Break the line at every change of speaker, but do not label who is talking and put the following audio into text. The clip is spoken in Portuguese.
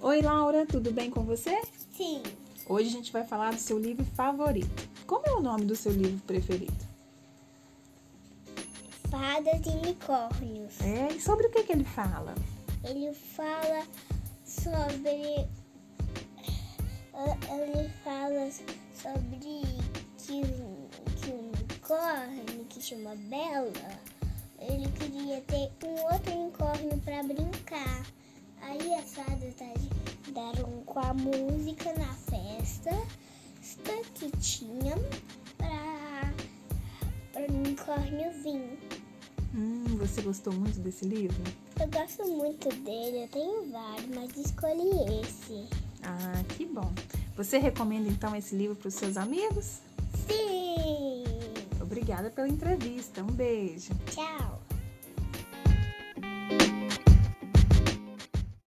Oi, Laura, tudo bem com você?
Sim.
Hoje a gente vai falar do seu livro favorito. Como é o nome do seu livro preferido?
Fadas e unicórnios.
É, e sobre o que, que ele fala?
Ele fala sobre. ah, Ele fala sobre que, o- que o unicórnio, que chama Bela, ele queria ter um outro unicórnio pra brincar. Aí as fadas da- deram um com a música na festa esta que tinha pra, pra o unicórnio vir.
Hum, você gostou muito desse livro?
Eu gosto muito dele, eu tenho vários, mas escolhi esse.
Ah, que bom. Você recomenda então esse livro para os seus amigos?
Sim!
Obrigada pela entrevista. Um beijo.
Tchau!